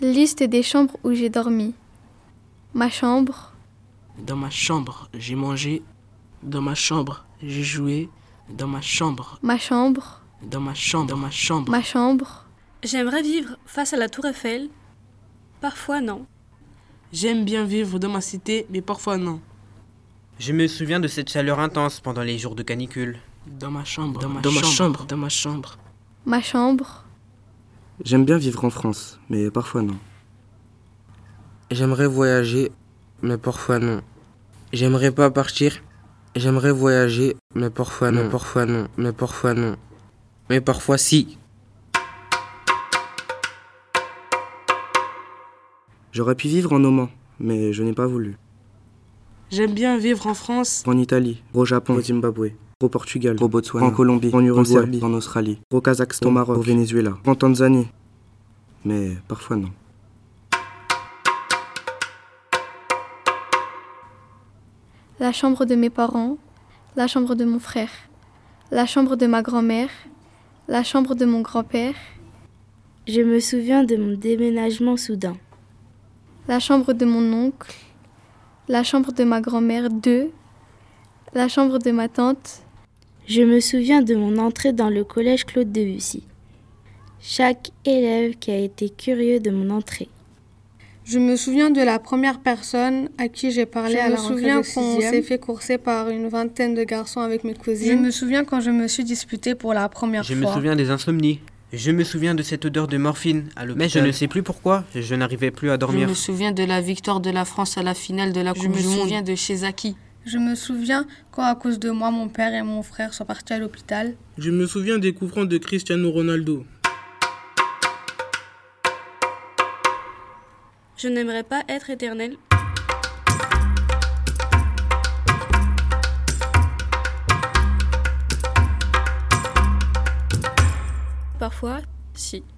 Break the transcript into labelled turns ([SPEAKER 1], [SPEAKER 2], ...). [SPEAKER 1] Liste des chambres où j'ai dormi. Ma chambre,
[SPEAKER 2] Dans ma chambre, j'ai mangé. Dans ma chambre, j'ai joué. Dans ma chambre,
[SPEAKER 1] ma chambre,
[SPEAKER 2] dans ma chambre, dans ma chambre.
[SPEAKER 1] ma chambre,
[SPEAKER 3] J'aimerais vivre face à la tour Eiffel. Parfois non.
[SPEAKER 2] J'aime bien vivre dans ma cité, mais parfois non.
[SPEAKER 4] Je me souviens de cette chaleur intense pendant les jours de canicule.
[SPEAKER 2] Dans ma chambre, dans ma, chambre, dans ma chambre.
[SPEAKER 1] ma chambre,
[SPEAKER 5] J'aime bien vivre en France, mais parfois non.
[SPEAKER 6] J'aimerais voyager, mais parfois non. J'aimerais pas partir. J'aimerais voyager, mais parfois
[SPEAKER 5] Hmm.
[SPEAKER 6] non, parfois non, mais parfois non. Mais parfois si.
[SPEAKER 5] J'aurais pu vivre en Oman, mais je n'ai pas voulu.
[SPEAKER 2] J'aime bien vivre en France.
[SPEAKER 5] En Italie, au Japon, au Zimbabwe, au Portugal, au Botswana, en Colombie, en Uruguay, en Serbie, en Australie, au Kazakhstan, au Maroc, au Venezuela, en Tanzanie. Mais parfois non.
[SPEAKER 1] la chambre de mes parents, la chambre de mon frère, la chambre de ma grand-mère, la chambre de mon grand-père,
[SPEAKER 7] Je me souviens de mon déménagement soudain.
[SPEAKER 1] la chambre de mon oncle, la chambre de ma grand-mère 2, la chambre de ma tante,
[SPEAKER 7] Je me souviens de mon entrée dans le collège Claude Debussy. Chaque élève qui a été curieux de mon entrée.
[SPEAKER 8] Je me souviens de la première personne à qui j'ai parlé
[SPEAKER 9] Je
[SPEAKER 8] à
[SPEAKER 9] me
[SPEAKER 8] la rentrée de
[SPEAKER 9] souviens qu'on
[SPEAKER 8] sixième.
[SPEAKER 9] s'est fait courser par une vingtaine de garçons avec mes
[SPEAKER 8] Je
[SPEAKER 9] cousines.
[SPEAKER 8] me souviens quand je me suis disputée pour la première
[SPEAKER 4] Je
[SPEAKER 8] fois.
[SPEAKER 4] me souviens des insomnies. Je me souviens de cette odeur de morphine à l'hôpital. Mais je ne sais plus pourquoi, je n'arrivais plus à
[SPEAKER 10] Je
[SPEAKER 4] dormir.
[SPEAKER 10] me souviens de la victoire de la France à la finale de la
[SPEAKER 9] Je
[SPEAKER 10] Coupe
[SPEAKER 9] me
[SPEAKER 10] du Monde.
[SPEAKER 9] souviens
[SPEAKER 10] de Shezaki.
[SPEAKER 9] Je me souviens quand, à cause de moi, mon père et mon frère sont partis à l'hôpital.
[SPEAKER 11] Je me souviens des coups francs de Cristiano Ronaldo.
[SPEAKER 3] Je n'aimerais pas être éternel. Parfois, si.